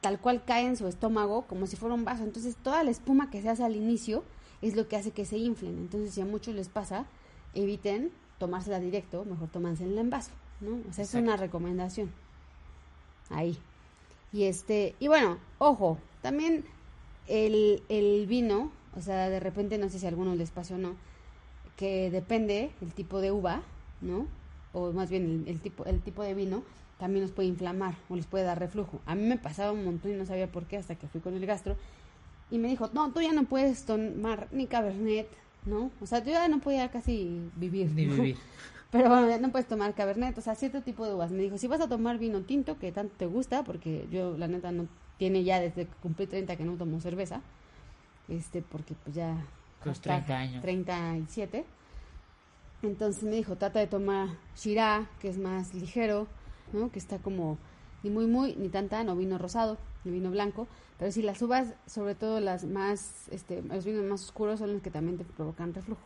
A: tal cual cae en su estómago como si fuera un vaso, entonces toda la espuma que se hace al inicio es lo que hace que se inflen, entonces si a muchos les pasa, eviten tomársela directo, mejor tómansela en vaso, ¿no? O sea, es
B: Exacto.
A: una recomendación. Ahí. Y este, y bueno, ojo, también el, el vino, o sea, de repente no sé si a algunos les pasó o no, que depende el tipo de uva, ¿no? O más bien el, el tipo, el tipo de vino también nos puede inflamar o les puede dar reflujo. A mí me pasaba un montón y no sabía por qué hasta que fui con el gastro y me dijo, no, tú ya no puedes tomar ni cabernet, ¿no? O sea, yo ya no podía casi vivir.
B: Ni
A: ¿no?
B: vivir.
A: <laughs> Pero bueno, ya no puedes tomar cabernet, o sea, cierto tipo de uvas. Me dijo, si vas a tomar vino tinto, que tanto te gusta, porque yo, la neta, no tiene ya desde que cumplí 30 que no tomo cerveza, este, porque pues ya...
B: Los
A: hasta
B: 30 años.
A: 37. Entonces me dijo, trata de tomar Shirá, que es más ligero, ¿no? Que está como ni muy muy, ni tan tan, o vino rosado, ni vino blanco. Pero si las uvas, sobre todo las más, este, los vinos más oscuros son los que también te provocan reflujo.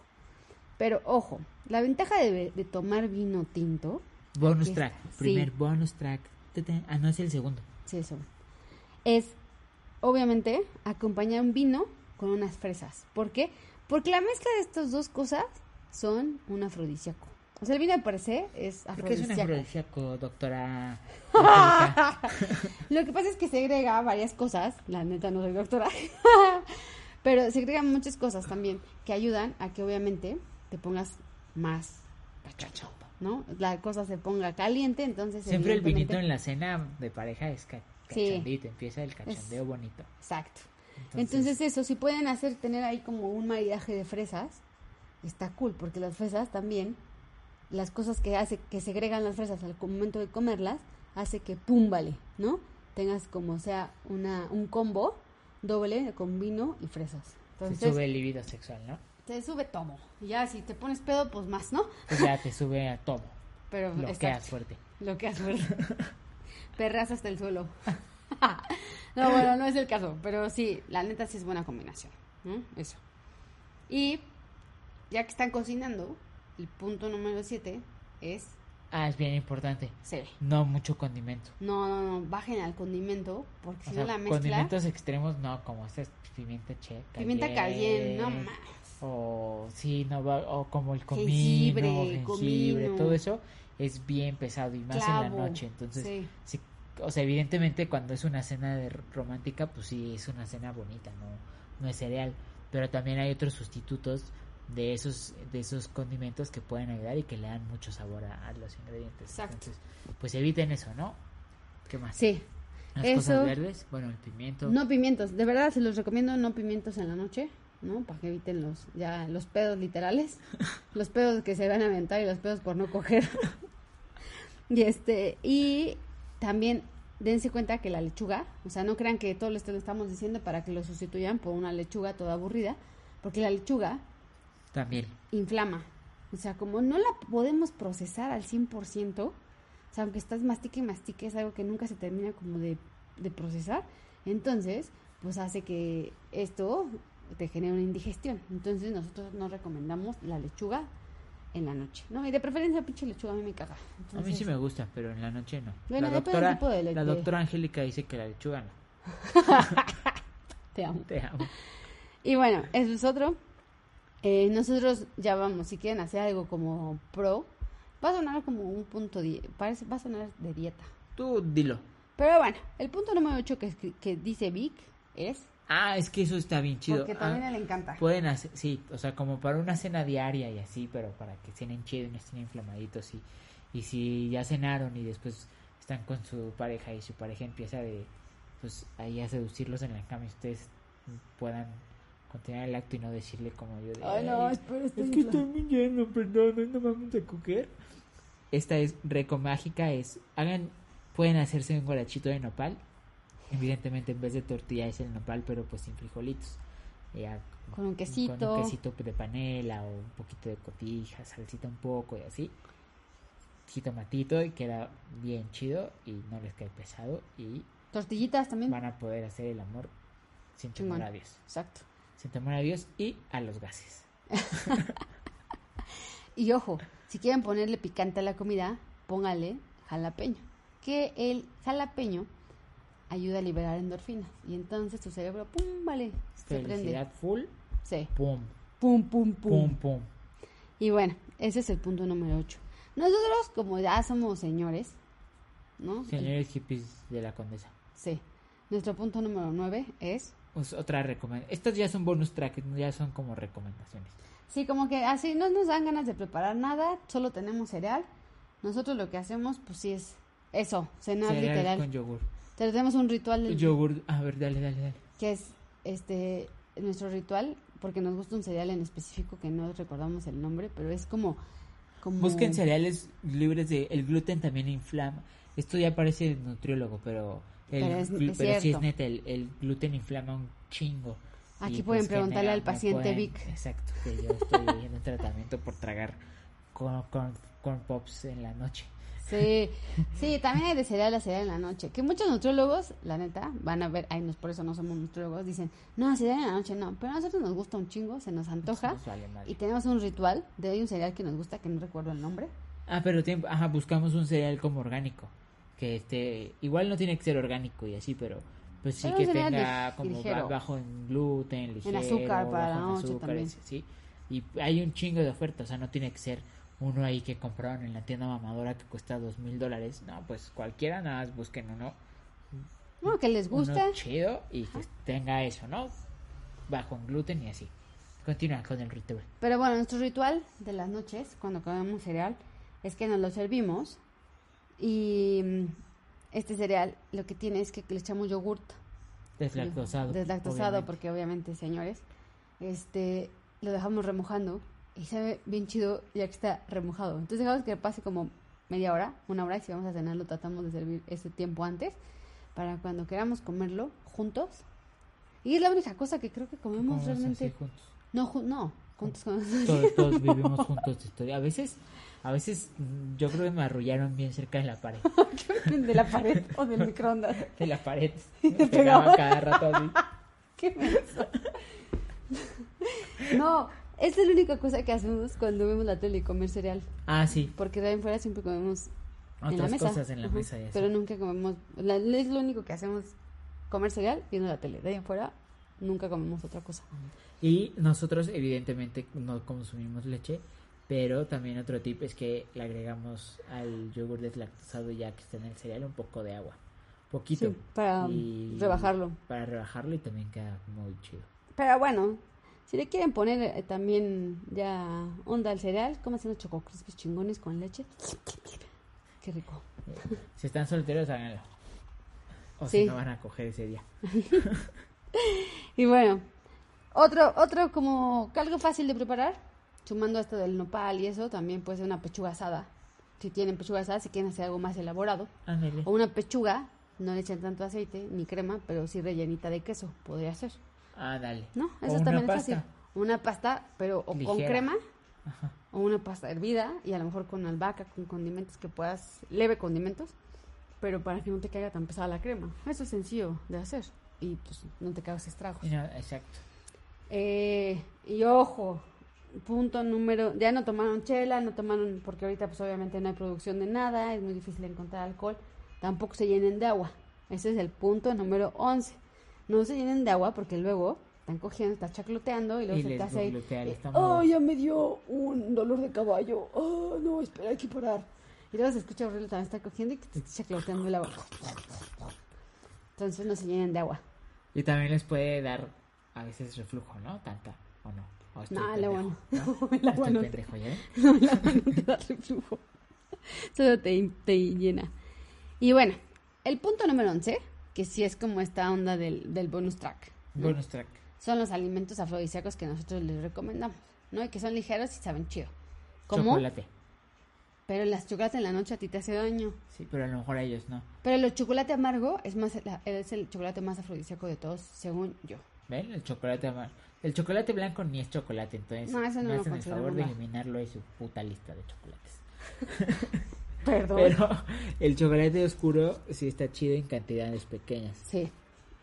A: Pero ojo, la ventaja de, de tomar vino tinto,
B: Bonus
A: Aquí
B: track.
A: está,
B: Primer
A: sí.
B: bonus track. Tuta. Ah, no es el segundo.
A: sí, eso, es obviamente acompañar un vino con unas fresas. ¿Por qué? Porque la mezcla de estas dos cosas son un afrodisíaco. O sea, el vino per se es
B: ¿Por qué es un
A: afrodisíaco.
B: afrodisíaco, doctora?
A: Lo que pasa es que segrega varias cosas, la neta no soy doctora, <laughs> pero segregan muchas cosas también que ayudan a que obviamente te pongas más cachacho, ¿no? La cosa se ponga caliente, entonces
B: Siempre el vinito
A: evidentemente-
B: en la cena de pareja es ca-
A: Sí.
B: cachondito. Empieza el cachondeo bonito.
A: Exacto.
B: Entonces-
A: Entonces, eso, si pueden hacer, tener ahí como un maridaje de fresas, está cool, porque las fresas también, las cosas que hace, que segregan las fresas al co- momento de comerlas, hace que pum, vale, ¿no? Tengas como sea una, un combo doble con vino y fresas. Entonces,
B: Se sube el libido sexual, ¿no?
A: te sube tomo. Y ya si te pones pedo, pues más, ¿no?
B: Pues ya te sube a todo.
A: Pero
B: Lo que
A: exacto.
B: hagas fuerte.
A: Lo que hace
B: <laughs>
A: Perras hasta el suelo. no, bueno, no es el caso, pero sí, la neta sí es buena combinación. ¿no? Eso. Y ya que están cocinando, el punto número 7 es
B: Ah, es bien importante.
A: se
B: No mucho condimento.
A: No, no, no, bajen al condimento, porque
B: O
A: si
B: sea,
A: no Pues la mezcla.
B: condimentos extremos no, como esta es pimienta che.
A: Pimienta cayenne, no más.
B: O sí, no va, o como el comino, jengibre,
A: Jengibre, comino.
B: todo eso es bien pesado y más en
A: Clavo,
B: la noche. Entonces,
A: sí.
B: sí, o sea, evidentemente cuando es una cena de romántica, pues sí es una cena bonita, no, no es cereal. Pero también hay otros sustitutos de esos, de esos condimentos que pueden ayudar y que le dan mucho sabor a, a los ingredientes.
A: Exacto.
B: Entonces, pues eviten eso, ¿no? ¿Qué más?
A: Sí.
B: Las
A: Eso-
B: cosas verdes, bueno, el pimiento.
A: No pimientos, de verdad se los recomiendo no pimientos en la noche, ¿no? Para que eviten los ya los pedos literales, los pedos que se van a aventar y los pedos por no coger. <laughs> y este y también dense cuenta que la lechuga, o sea, no crean que todo esto lo estamos diciendo para que lo sustituyan por una lechuga toda aburrida, porque la lechuga
B: También.
A: inflama. O sea, como no la podemos procesar al 100%, o sea, aunque estás mastique y mastique, es algo que nunca se termina como de, de procesar, entonces, pues hace que esto te genere una indigestión. Entonces, nosotros no recomendamos la lechuga en la noche, ¿no? Y de preferencia, pinche lechuga, a mí me caga.
B: A mí sí
A: Entonces,
B: me gusta, pero en la noche no.
A: Bueno,
B: la
A: depende del
B: doctora,
A: tipo de le-
B: la
A: de-
B: doctora Angélica dice que la lechuga no. <laughs>
A: Te amo.
B: Te amo.
A: Y bueno, eso es otro. Eh, nosotros ya vamos, si quieren hacer algo como pro, va a sonar como un punto, die- parece, va a sonar de dieta,
B: Tú dilo.
A: Pero bueno, el punto número 8 que, escri- que dice Vic es...
B: Ah, es que eso está bien chido.
A: Porque también
B: Ah,
A: le encanta.
B: Pueden hacer, sí, o sea, como para una cena diaria y así, pero para que cenen chido y no estén inflamaditos. Y, y si ya cenaron y después están con su pareja y su pareja empieza de, pues ahí a seducirlos en la cama y ustedes puedan continuar el acto y no decirle como yo de,
A: Ay, no,
B: "Ay,
A: espera,
B: eh, Es que estoy muy lleno, perdón, hoy no vamos a coger. Esta es recomágica, es hagan, pueden hacerse un guarachito de nopal. Evidentemente en vez de tortilla es el nopal, pero pues sin frijolitos. Ya,
A: Con un quesito.
B: Con un quesito de panela o un poquito de cotija, salsita un poco y así. Jitomatito y queda bien chido y no les cae pesado y
A: Tortillitas también.
B: van a poder hacer el amor sin
A: Chingón.
B: temor a Dios.
A: Exacto.
B: Sin temor a Dios y a los gases.
A: Y ojo, si quieren ponerle picante a la comida, póngale jalapeño. Que el jalapeño ayuda a liberar endorfinas. Y entonces tu cerebro, pum, vale, se prende.
B: Felicidad full,
A: Sí.
B: pum.
A: Pum, pum, pum.
B: Pum, pum.
A: Y bueno, ese es el punto número 8. Nosotros, como ya somos señores, ¿no?
B: Señores hippies de la condesa.
A: Sí. Nuestro punto número 9 es
B: Pues otra recomendación. Estos ya son bonus tracks, ya son como recomendaciones.
A: Sí, como que así no nos dan ganas de preparar nada, solo tenemos cereal. Nosotros lo que hacemos, pues sí es eso, cenar
B: Cereal
A: literal.
B: con yogur.
A: Tenemos un ritual del-
B: Yogur, a ver, dale, dale, dale.
A: que es este nuestro ritual, porque nos gusta un cereal en específico que no recordamos el nombre, pero es como, como
B: Busquen cereales libres de. El gluten también inflama. Esto ya parece el nutriólogo, pero. El,
A: Pero es-
B: glu-
A: es
B: pero sí es
A: cierto.
B: neta, el, el gluten inflama un chingo. pues,
A: Aquí pueden preguntarle al
B: me
A: paciente Vic.
B: Exacto, que yo estoy en un tratamiento por tragar con, con, con pops en la noche.
A: Sí, sí, también hay de cereal a cereal en la noche. Que muchos nutriólogos, la neta, van a ver, ay, no, por eso no somos nutriólogos, dicen, no, cereal en la noche no. Pero a nosotros nos gusta un chingo, se nos antoja.
B: Nos vale madre.
A: Y tenemos un ritual de hoy un cereal que nos gusta, que no recuerdo el nombre.
B: Ah, pero tiene- ajá, buscamos un cereal como orgánico. Que este, igual no tiene que ser orgánico y así, pero pues sí
A: Pero
B: que
A: un cereal
B: tenga
A: lig-
B: como ba-
A: ligero.
B: bajo en gluten, ligero,
A: azúcar para
B: bajo
A: la
B: en
A: noche también.
B: ese- sí. Y hay un chingo de ofertas, o sea, no tiene que ser uno ahí que compraron en la tienda mamadora que cuesta dos mil dólares. No, pues cualquiera, nada más busquen uno,
A: No, que les
B: uno
A: gusta.
B: chido y que tenga eso, ¿no? Bajo en gluten y así. Continúa con el ritual.
A: Pero bueno, nuestro ritual de las noches, cuando comemos cereal, es que nos lo servimos. Y mm, este cereal lo que tiene es que le echamos yogurt.
B: Deslactosado.
A: Deslactosado,
B: obviamente.
A: porque obviamente, señores, este, lo dejamos remojando y sabe bien chido ya que está remojado. Entonces dejamos que pase como media hora, una hora, y si vamos a cenar lo tratamos de servir ese tiempo antes para cuando queramos comerlo juntos. Y es la única cosa que creo que comemos
B: Comemos así
A: realmente.
B: juntos.
A: No, ju- no, juntos comemos. <laughs>
B: todos, todos vivimos juntos de historia. A veces, a veces mm, yo creo que me arrullaron bien cerca de la pared.
A: de la pared o del microondas. <laughs>
B: De la pared. Me
A: Te
B: pegaba
A: pegaba.
B: cada rato así.
A: ¿Qué menso. <laughs> No, esta es la única cosa que hacemos cuando vemos la tele y comer cereal.
B: Ah, sí.
A: Porque de ahí en fuera siempre comemos en la
B: Otras
A: mesa.
B: cosas en la
A: Ajá.
B: mesa y así.
A: Pero nunca comemos, la- es lo único que hacemos, comer cereal viendo la tele. De ahí en fuera nunca comemos otra cosa.
B: Y nosotros, evidentemente, no consumimos leche. Pero también otro tip es que le agregamos al yogur deslactosado ya que está en el cereal un poco de agua. Poquito.
A: Sí, para, um, rebajarlo.
B: Para rebajarlo y también queda muy chido.
A: Pero bueno, si le quieren poner eh, también ya onda al cereal, cómanse unos choco crispies chingones con leche. Qué rico.
B: Si están solteros, háganlo. O si
A: Sí.
B: no van a coger ese día.
A: Y bueno, otro, otro como que algo fácil de preparar, sumando esto del nopal y eso, también puede ser una pechuga asada. Si tienen pechuga asada, si quieren hacer algo más elaborado.
B: Ándale.
A: O una pechuga, no le echan tanto aceite ni crema, pero sí rellenita de queso, podría ser.
B: Ah, dale.
A: ¿No?
B: O
A: Eso
B: una
A: también
B: pasta.
A: es fácil. Una pasta, pero o con
B: Ligera.
A: crema,
B: Ajá.
A: o una pasta hervida, y a lo mejor con albahaca, con condimentos que puedas, leve condimentos, pero para que no te caiga tan pesada la crema. Eso es sencillo de hacer, y pues no te cagas estragos.
B: Y no, exacto.
A: Eh, y ojo, punto número, ya no tomaron chela, no tomaron, porque ahorita pues obviamente no hay producción de nada, es muy difícil encontrar alcohol, tampoco se llenen de agua. Ese es el punto número 11. No se llenen de agua porque luego están cogiendo, están chacloteando y luego
B: Y
A: se
B: les
A: te hace ahí,
B: glutea el
A: eh,
B: estómago.
A: "Ay, ya me dio un dolor de caballo, oh, no, espera, hay que parar. Y luego se escucha horrible, también está cogiendo y que te está chacloteando el agua. Entonces no se llenen de agua.
B: Y también les puede dar a veces reflujo, ¿no? Tanta, ¿o no? O estoy
A: No, el agua
B: pendejo,
A: no. <laughs> El agua
B: Estoy
A: no te-
B: pendejo, ¿ya? ven?
A: No, el agua no te da reflujo. <laughs> Solo te, te llena. Y bueno, el punto número 11, que sí es como esta onda del, del bonus track, ¿no?
B: Bonus track.
A: son los alimentos afrodisíacos que nosotros les recomendamos, ¿no? Y que son ligeros y saben chido. Como,
B: Chocolate.
A: pero las chocolates en la noche a ti te hace daño.
B: Sí, pero a lo mejor a ellos no.
A: Pero el chocolate amargo es, más, la- es el chocolate más afrodisíaco de todos, según yo.
B: ¿Ven? El chocolate amargo. El chocolate blanco ni es chocolate, entonces
A: No, eso no
B: me
A: lo
B: hacen el
A: considero
B: favor de
A: normal.
B: eliminarlo de su puta lista de chocolates.
A: Perdón.
B: Pero <laughs> el chocolate oscuro sí está chido en cantidades pequeñas.
A: sí.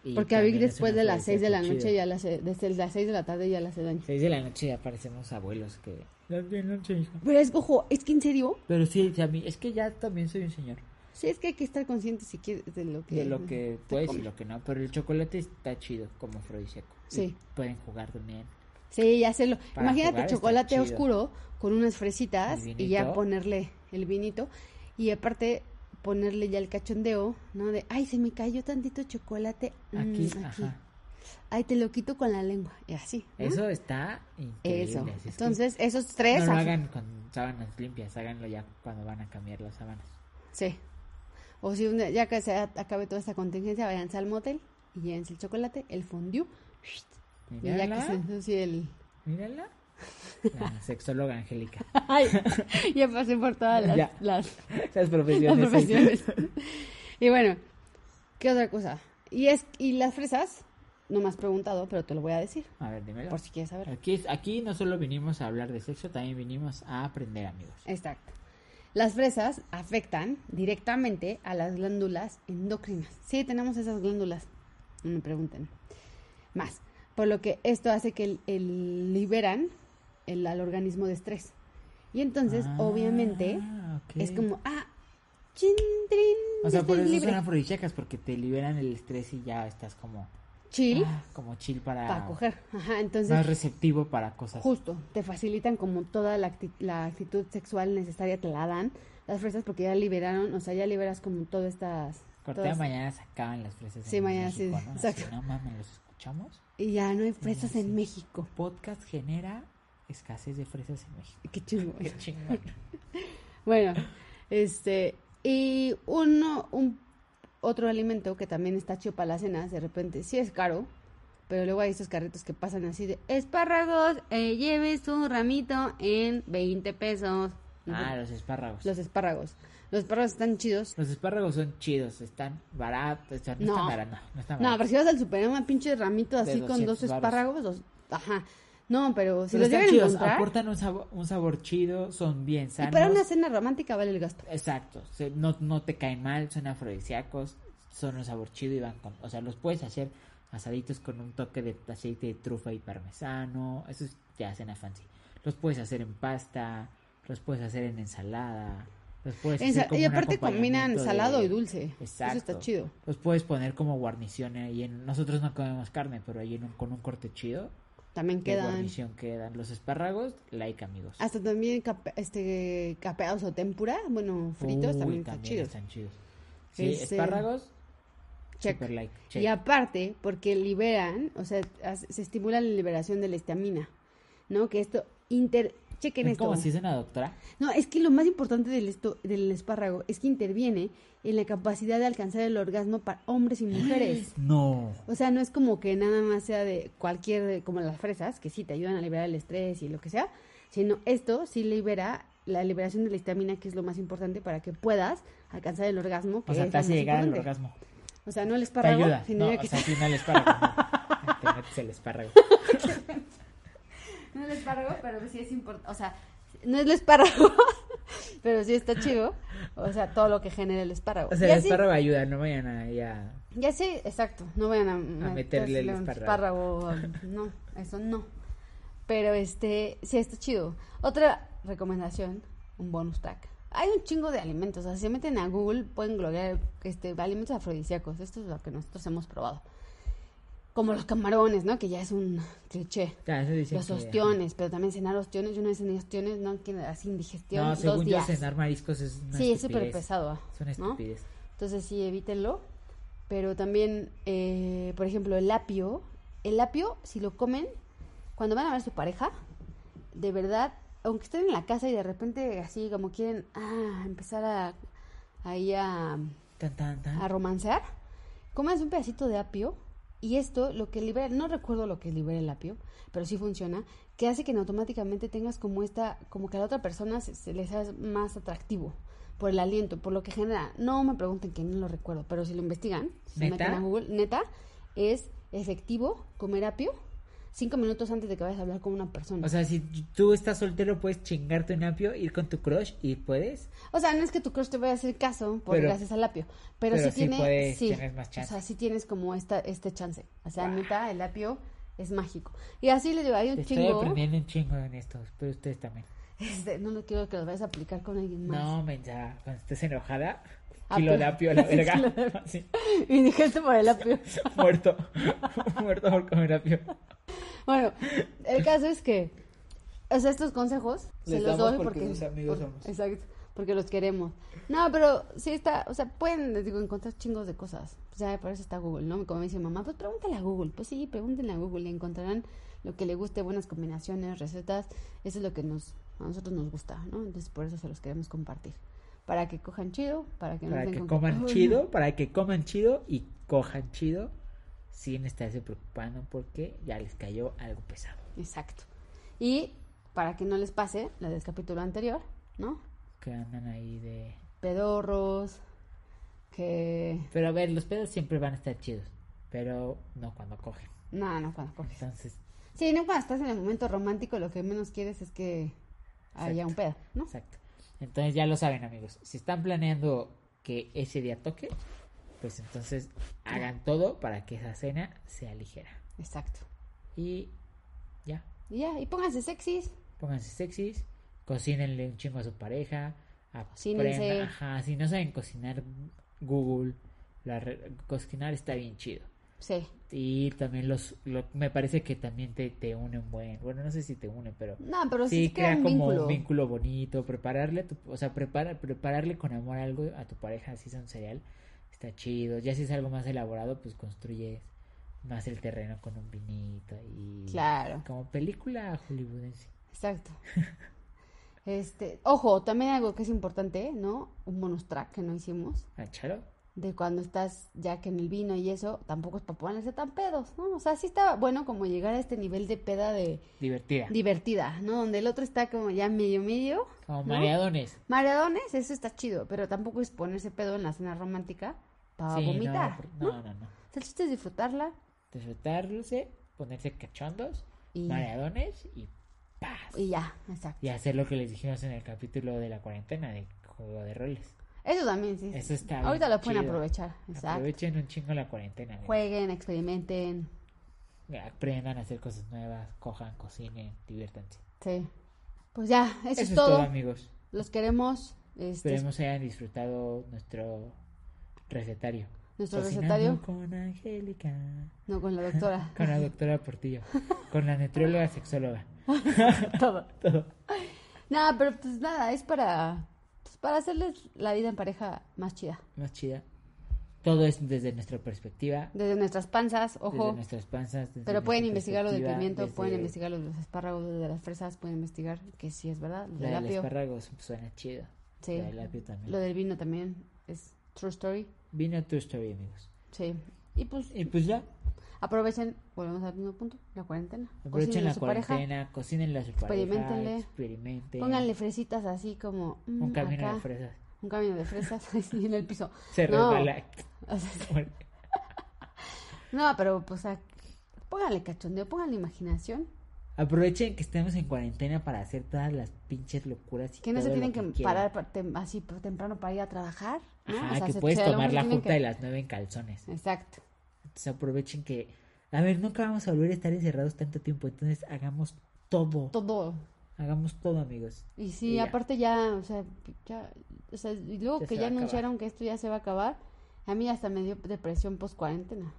B: Y
A: Porque a Vic
B: también es
A: después
B: un
A: de las 6 de la
B: afrodisíaco
A: noche
B: chido.
A: ya las, desde las 6 de la tarde ya las hace daño.
B: 6 de la noche ya parecemos abuelos que... Las diez de la noche, hijo.
A: Pero es, ojo, es que en serio,
B: Pero sí, a mí, es que ya también soy un señor.
A: Sí, es que hay que estar consciente si quieres de lo que...
B: de lo que
A: te
B: puedes y
A: comes.
B: lo que no, pero el chocolate está chido como afrodisíaco.
A: Sí.
B: Y pueden jugar también.
A: Sí, ya hacerlo.
B: Para jugar
A: Imagínate
B: está
A: chocolate
B: chido.
A: oscuro con unas fresitas
B: El
A: y ya
B: vinito.
A: ponerle el vinito. Y aparte ponerle ya el cachondeo, ¿no? De, ay, se me cayó tantito chocolate mm,
B: Aquí,
A: aquí.
B: ajá.
A: Ay, te lo quito con la lengua. Y así. ¿no?
B: Eso está increíble.
A: Eso.
B: así es que
A: Entonces, esos tres...
B: no lo
A: af-
B: hagan con sábanas limpias, háganlo ya cuando van a cambiar las sábanas.
A: Sí. O si un día- ya que se a- acabe toda esta contingencia, váyanse al motel y llévense el chocolate, el fondue. Y ya que
B: Mírala,
A: se ensucie el... <laughs>
B: mírala. La sexóloga Angélica. <laughs>
A: Ay, ya pasé por todas las,
B: Ya.
A: las-
B: Las
A: las
B: profesiones.
A: profesiones. Y bueno, ¿qué otra cosa? Y es y las fresas, no me has preguntado, pero te lo voy a decir,
B: A ver, dímelo.
A: por si quieres saber.
B: Aquí, aquí no solo vinimos a hablar de sexo, también vinimos a aprender, amigos.
A: Exacto. Las fresas afectan directamente a las glándulas endócrinas. Sí, tenemos esas glándulas. No me pregunten. Más. Por lo que esto hace que el, el- liberan el, al organismo de estrés. Y entonces,
B: Ah,
A: obviamente,
B: ok.
A: es como, ah, chin, trin,
B: O
A: ya
B: sea, por
A: estoy
B: eso
A: libre.
B: son afrodisíacas, porque te liberan el estrés y ya estás como,
A: Chill
B: ah, como chill para,
A: para coger. Ajá, entonces,
B: más receptivo para cosas.
A: Justo, te facilitan como toda la, acti- la actitud sexual necesaria, te la dan las fresas porque ya liberaron, o sea, ya liberas como todas estas...
B: Corté
A: todas-
B: mañana sacaban las fresas.
A: Sí,
B: en
A: mañana
B: México,
A: sí,
B: ¿no? Así,
A: exacto.
B: no mames, los escuchamos.
A: Y ya no hay fresas en México. <laughs>
B: Podcast genera escasez de fresas en México.
A: Qué chingo. <laughs>
B: Qué chingón.
A: Bueno, este, y uno, un otro alimento que también está chido para las cenas, de repente sí es caro, pero luego hay estos carritos que pasan así de espárragos, eh, lleve su ramito en 20 pesos.
B: ah, los espárragos.
A: Los espárragos. Los espárragos están chidos.
B: Los espárragos son chidos, están baratos, están- no,
A: No.
B: están baratos, no, no están
A: No,
B: baratos.
A: pero si vas al superama, pinche ramito así con
B: 200
A: dos
B: varos.
A: espárragos, dos- ajá. No, pero si
B: Pero
A: los
B: están
A: llegan a
B: chidos,
A: encontrar,
B: aportan un sabor, un sabor chido, son bien
A: y
B: sanos.
A: para una cena romántica vale el gasto.
B: Exacto, se- no, no te caen mal, son afrodisíacos, son un sabor chido y van con, o sea, los puedes hacer asaditos con un toque de aceite de trufa y parmesano, eso es, te hacen a fancy. Los puedes hacer en pasta, los puedes hacer en ensalada, los puedes
A: Ensa-
B: hacer Pues como
A: y
B: un
A: aparte combinan
B: acompañamiento
A: salado
B: de-
A: y dulce.
B: Exacto.
A: Eso está chido.
B: Los puedes poner como guarnición ahí en, nosotros no comemos carne, pero ahí en un- con un corte chido,
A: También
B: de
A: quedan
B: guarnición quedan los espárragos, like amigos.
A: hasta también cape- este capeados o tempura, bueno, fritos
B: Uy,
A: también, está chido.
B: están chidos. Sí,
A: Ese-
B: espárragos,
A: Check.
B: super like, check.
A: Y aparte, porque liberan, o sea, as- se estimula la liberación de la histamina, ¿no? Que esto inter chequen
B: es
A: esto.
B: como si es una doctora.
A: No, es que lo más importante del, esto, del espárrago es que interviene en la capacidad de alcanzar el orgasmo para hombres y mujeres.
B: No.
A: O sea, no es como que nada más sea de cualquier, de- como las fresas, que sí te ayudan a liberar el estrés y lo que sea, sino esto sí libera la liberación de la histamina, que es lo más importante para que puedas alcanzar el orgasmo. Que
B: O sea,
A: es
B: te
A: lo
B: hace
A: más
B: llegar al
A: importante.
B: orgasmo.
A: O sea, no el
B: Te
A: espárrago,
B: ayuda.
A: sino
B: No,
A: ya
B: o
A: que-
B: sea, sí, no el espárrago.
A: <laughs>
B: no. Te metes el espárrago.
A: No es el espárrago, pero sí es importante. O sea, no es el espárrago, <laughs> pero sí está chido. O sea, todo lo que genera el espárrago.
B: O sea,
A: Y
B: el
A: así-
B: espárrago ayuda, no vayan a... ya-
A: Ya sé, exacto. No vayan a,
B: meterle el
A: un
B: espárrago.
A: espárrago, <laughs> No, eso no. Pero este, sí, está chido. Otra recomendación, un bonus track. Hay un chingo de alimentos. O sea, si se meten a Google, pueden glorear este, alimentos afrodisíacos. Esto es lo que nosotros hemos probado. Como los camarones, ¿no? Que ya es un cliché.
B: Ya, eso dicen
A: Los
B: que-
A: ostiones, pero también cenar ostiones. Yo no he cenado ostiones, no, que así indigestión.
B: No,
A: dos
B: según yo,
A: días.
B: cenar mariscos es una
A: Sí, es
B: estupidez.
A: súper pesado.
B: Es una
A: ¿no?
B: estupidez.
A: Entonces sí, evítenlo. Pero también, eh, por ejemplo, el apio. El apio, si lo comen, cuando van a ver a su pareja, de verdad, aunque estén en la casa y de repente así como quieren ah, empezar a, ahí a,
B: Tan, tan, tan.
A: a romancear, comas un pedacito de apio y esto lo que libera, no recuerdo lo que libera el apio, pero sí funciona, que hace que automáticamente tengas como esta, como que a la otra persona se, se le sea más atractivo por el aliento, por lo que genera. No me pregunten que no lo recuerdo, pero si lo investigan, si
B: ¿Neta?
A: meten a Google, neta, es efectivo comer apio cinco minutos antes de que vayas a hablar con una persona.
B: O sea, si tú estás soltero, puedes chingarte un apio, ir con tu crush y puedes.
A: O sea, no es que tu crush te vaya a hacer caso por
B: Pero-
A: gracias al apio, pero,
B: pero
A: sí
B: sí
A: tiene,
B: puedes-
A: sí,
B: tienes más chance.
A: o sea, sí tienes como esta este chance. O sea, neta, el apio es mágico. Y así le digo, hay un
B: Te estoy
A: chingo.
B: aprendiendo un chingo en esto, pero ustedes también.
A: <laughs> Este, no lo quiero que lo vayas a aplicar con alguien más.
B: No, mensa, cuando estés enojada,
A: Apio.
B: kilo de
A: <laughs>
B: apio a la
A: Kilo de
B: verga. <laughs> Sí,
A: <laughs> Y dije esto por el
B: <laughs>
A: apio.
B: muerto, muerto por comer apio.
A: Bueno, el caso es que, o sea, estos consejos
B: Les
A: se los
B: damos
A: doy
B: porque
A: porque,
B: sus amigos
A: por-
B: somos.
A: Exacto, porque los queremos. No, pero sí está, o sea, pueden, les digo, encontrar chingos de cosas. O sea, para eso está Google, ¿no? Como me dice mamá, pues pregúntale a Google. Pues sí, pregúntenle a Google, le encontrarán lo que le guste, buenas combinaciones, recetas. Eso es lo que nos, a nosotros nos gusta, ¿no? Entonces por eso se los queremos compartir. Para que cojan chido, para que no
B: Para
A: estén
B: que
A: con
B: coman
A: "Ay,
B: chido, para que coman chido y cojan chido sin estarse preocupando porque ya les cayó algo pesado.
A: Exacto. Y para que no les pase la del capítulo anterior, ¿no?
B: Que andan ahí de...
A: pedorros, que...
B: Pero a ver, los pedos siempre van a estar chidos, pero no cuando cogen.
A: No, no cuando coges.
B: Entonces,
A: Sí, no cuando estás en el momento romántico, lo que menos quieres es que haya un pedo, ¿no?
B: exacto. Entonces ya lo saben, amigos. Si están planeando que ese día toque, pues entonces hagan todo para que esa cena sea ligera.
A: Exacto.
B: Y ya,
A: Y ya, y pónganse sexys.
B: pónganse sexys, cocínenle un chingo a su pareja, aprendan,
A: Cocínense.
B: ajá, si no saben cocinar, Google, la re- cocinar está bien chido.
A: Sí.
B: Y también los, lo- me parece que también te, te une un buen, bueno, no sé si te une, pero
A: No, pero sí,
B: sí,
A: crea
B: crea
A: un
B: como
A: vínculo.
B: un vínculo bonito, prepararle, a tu- o sea, prepara, prepararle con amor algo a tu pareja, así sea un cereal, está chido. Ya si es algo más elaborado, pues construyes más el terreno con un vinito y
A: Claro.
B: como película hollywoodense. <laughs>
A: Exacto. Este, ojo, también algo que es importante, ¿no? Un bonus track que no hicimos.
B: ¿Ah, charo?
A: de cuando estás ya que en el vino y eso, tampoco es para ponerse tan pedos, ¿no? O sea, sí está bueno como llegar a este nivel de peda de
B: Divertida.
A: divertida, ¿no? Donde el otro está como ya medio medio.
B: como
A: ¿no?
B: mareadones.
A: Mareadones, eso está chido, pero tampoco es ponerse pedo en la cena romántica para
B: Sí, no,
A: Ah, vomitar.
B: por- no, no, no.
A: O sea, el chiste es disfrutarla
B: Disfrutarse, ponerse cachondos,
A: Y-
B: mareadones y paz.
A: y ya, exacto.
B: Y hacer lo que les dijimos en el capítulo de la cuarentena de juego de roles.
A: Eso también sí.
B: Eso está bien
A: Ahorita lo pueden
B: chido.
A: aprovechar, exacto.
B: Aprovechen un chingo la cuarentena. amigos.
A: Jueguen, experimenten,
B: Aprendan a hacer cosas nuevas, cojan, cocinen, diviértanse.
A: sí. Pues ya, eso,
B: Eso,
A: es todo.
B: amigos.
A: Los queremos. Este,
B: Esperemos hayan disfrutado nuestro recetario.
A: Nuestro
B: Cocinando
A: recetario.
B: Con Angélica.
A: no con la doctora.
B: <laughs>
A: <laughs>
B: Con la doctora Portillo. con la nutrióloga sexóloga.
A: todo. Nada, pero pues nada, es para, pues, para hacerles la vida en pareja más chida.
B: Más chida. Todo es desde nuestra perspectiva.
A: Desde nuestras panzas,
B: Desde
A: ojo.
B: nuestras panzas. desde
A: Pero pueden
B: nuestra
A: investigar lo del
B: perspectiva,
A: pimiento,
B: desde
A: pueden investigar lo de los espárragos, lo de las fresas, pueden investigar que sí es verdad, lo del
B: La del
A: apio,
B: espárrago suena chido.
A: Sí.
B: La del apio también.
A: lo del vino también es true story.
B: Vino tu story, amigos.
A: Sí. Y pues
B: Y pues ya.
A: aprovechen, volvemos al mismo punto, la cuarentena.
B: Aprovechen
A: Cocinen a
B: la
A: su pareja,
B: cuarentena, cocinen a su
A: Experimentenle.
B: pareja, experimenten.
A: pónganle fresitas así como mm,
B: un camino
A: acá,
B: de fresas.
A: un camino de fresas <laughs> así en el piso.
B: Se
A: No.
B: resbala. <laughs>
A: O sea, <laughs> No, pero pues a- póngale cachondeo, póngale imaginación.
B: Aprovechen que estemos en cuarentena para hacer todas las pinches locuras y
A: Que no se
B: todo lo
A: tienen que,
B: quieran.
A: parar pa- tem- así por temprano para ir a trabajar. ¿no?
B: Ajá,
A: O sea,
B: que
A: se-
B: puedes
A: que a lo
B: tomar
A: mejor
B: la
A: tienen
B: junta
A: que-
B: de las nueve en calzones.
A: Exacto.
B: Entonces aprovechen que, a ver, nunca vamos a volver a estar encerrados tanto tiempo, entonces hagamos todo,
A: Todo.
B: hagamos todo, amigos.
A: Y sí,
B: Y ya.
A: aparte ya, o sea, ya, o sea, y luego
B: Ya
A: que
B: se
A: ya
B: va a acabar.
A: anunciaron que esto ya se va a acabar, a mí hasta me dio depresión post cuarentena.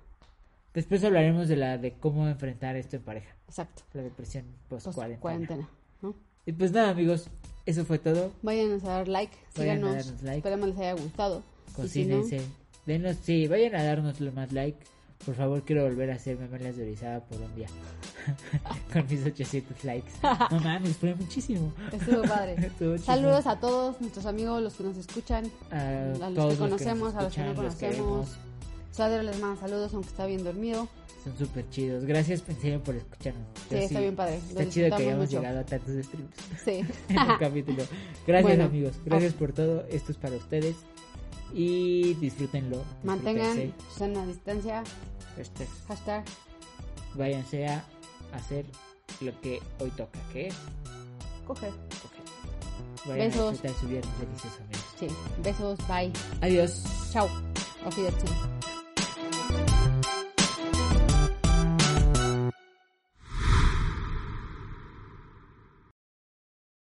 B: Después hablaremos de la de cómo enfrentar esto en pareja,
A: Exacto.
B: la depresión post
A: Post
B: cuarentena.
A: cuarentena. ¿no?
B: Y pues nada, amigos, eso fue todo.
A: Váyanos a dar like,
B: Vayan a
A: síganos,
B: darnos like.
A: esperemos les haya gustado. Y si no,
B: Cocínense. Denos, sí, vayan a darnos los más like. Por favor, quiero volver a hacer memelas de Orizaba por un día. <laughs> Con mis 800 likes. No mames, fue muchísimo.
A: estuvo padre.
B: <laughs> Estuvo chido.
A: Saludos a todos nuestros amigos, los que nos escuchan,
B: A
A: a los
B: todos
A: que conocemos, a los que
B: escuchan,
A: no
B: los
A: conocemos.
B: queremos.
A: Sadler les manda saludos, aunque está bien dormido.
B: Son súper chidos. Gracias, en serio, por escucharnos. Yo
A: Sí, está bien padre. Lo
B: Está chido que
A: disfrutamos
B: hayamos
A: mucho.
B: llegado a tantos streams <laughs>
A: Sí.
B: en
A: <laughs>
B: un capítulo. Gracias,
A: Bueno.
B: amigos. Gracias por todo. Esto es para ustedes. Y disfrútenlo.
A: Mantengan
B: disfrútense.
A: sana distancia.
B: Este es-
A: Hashtag.
B: váyanse a hacer lo que hoy toca, que es
A: Coger.
B: coger. Vayan
A: Besos.
B: a disfrutar su viernes felices amigos.
A: Sí. Besos. Bye.
B: Adiós.
A: Chao. Auf Wiedersehen.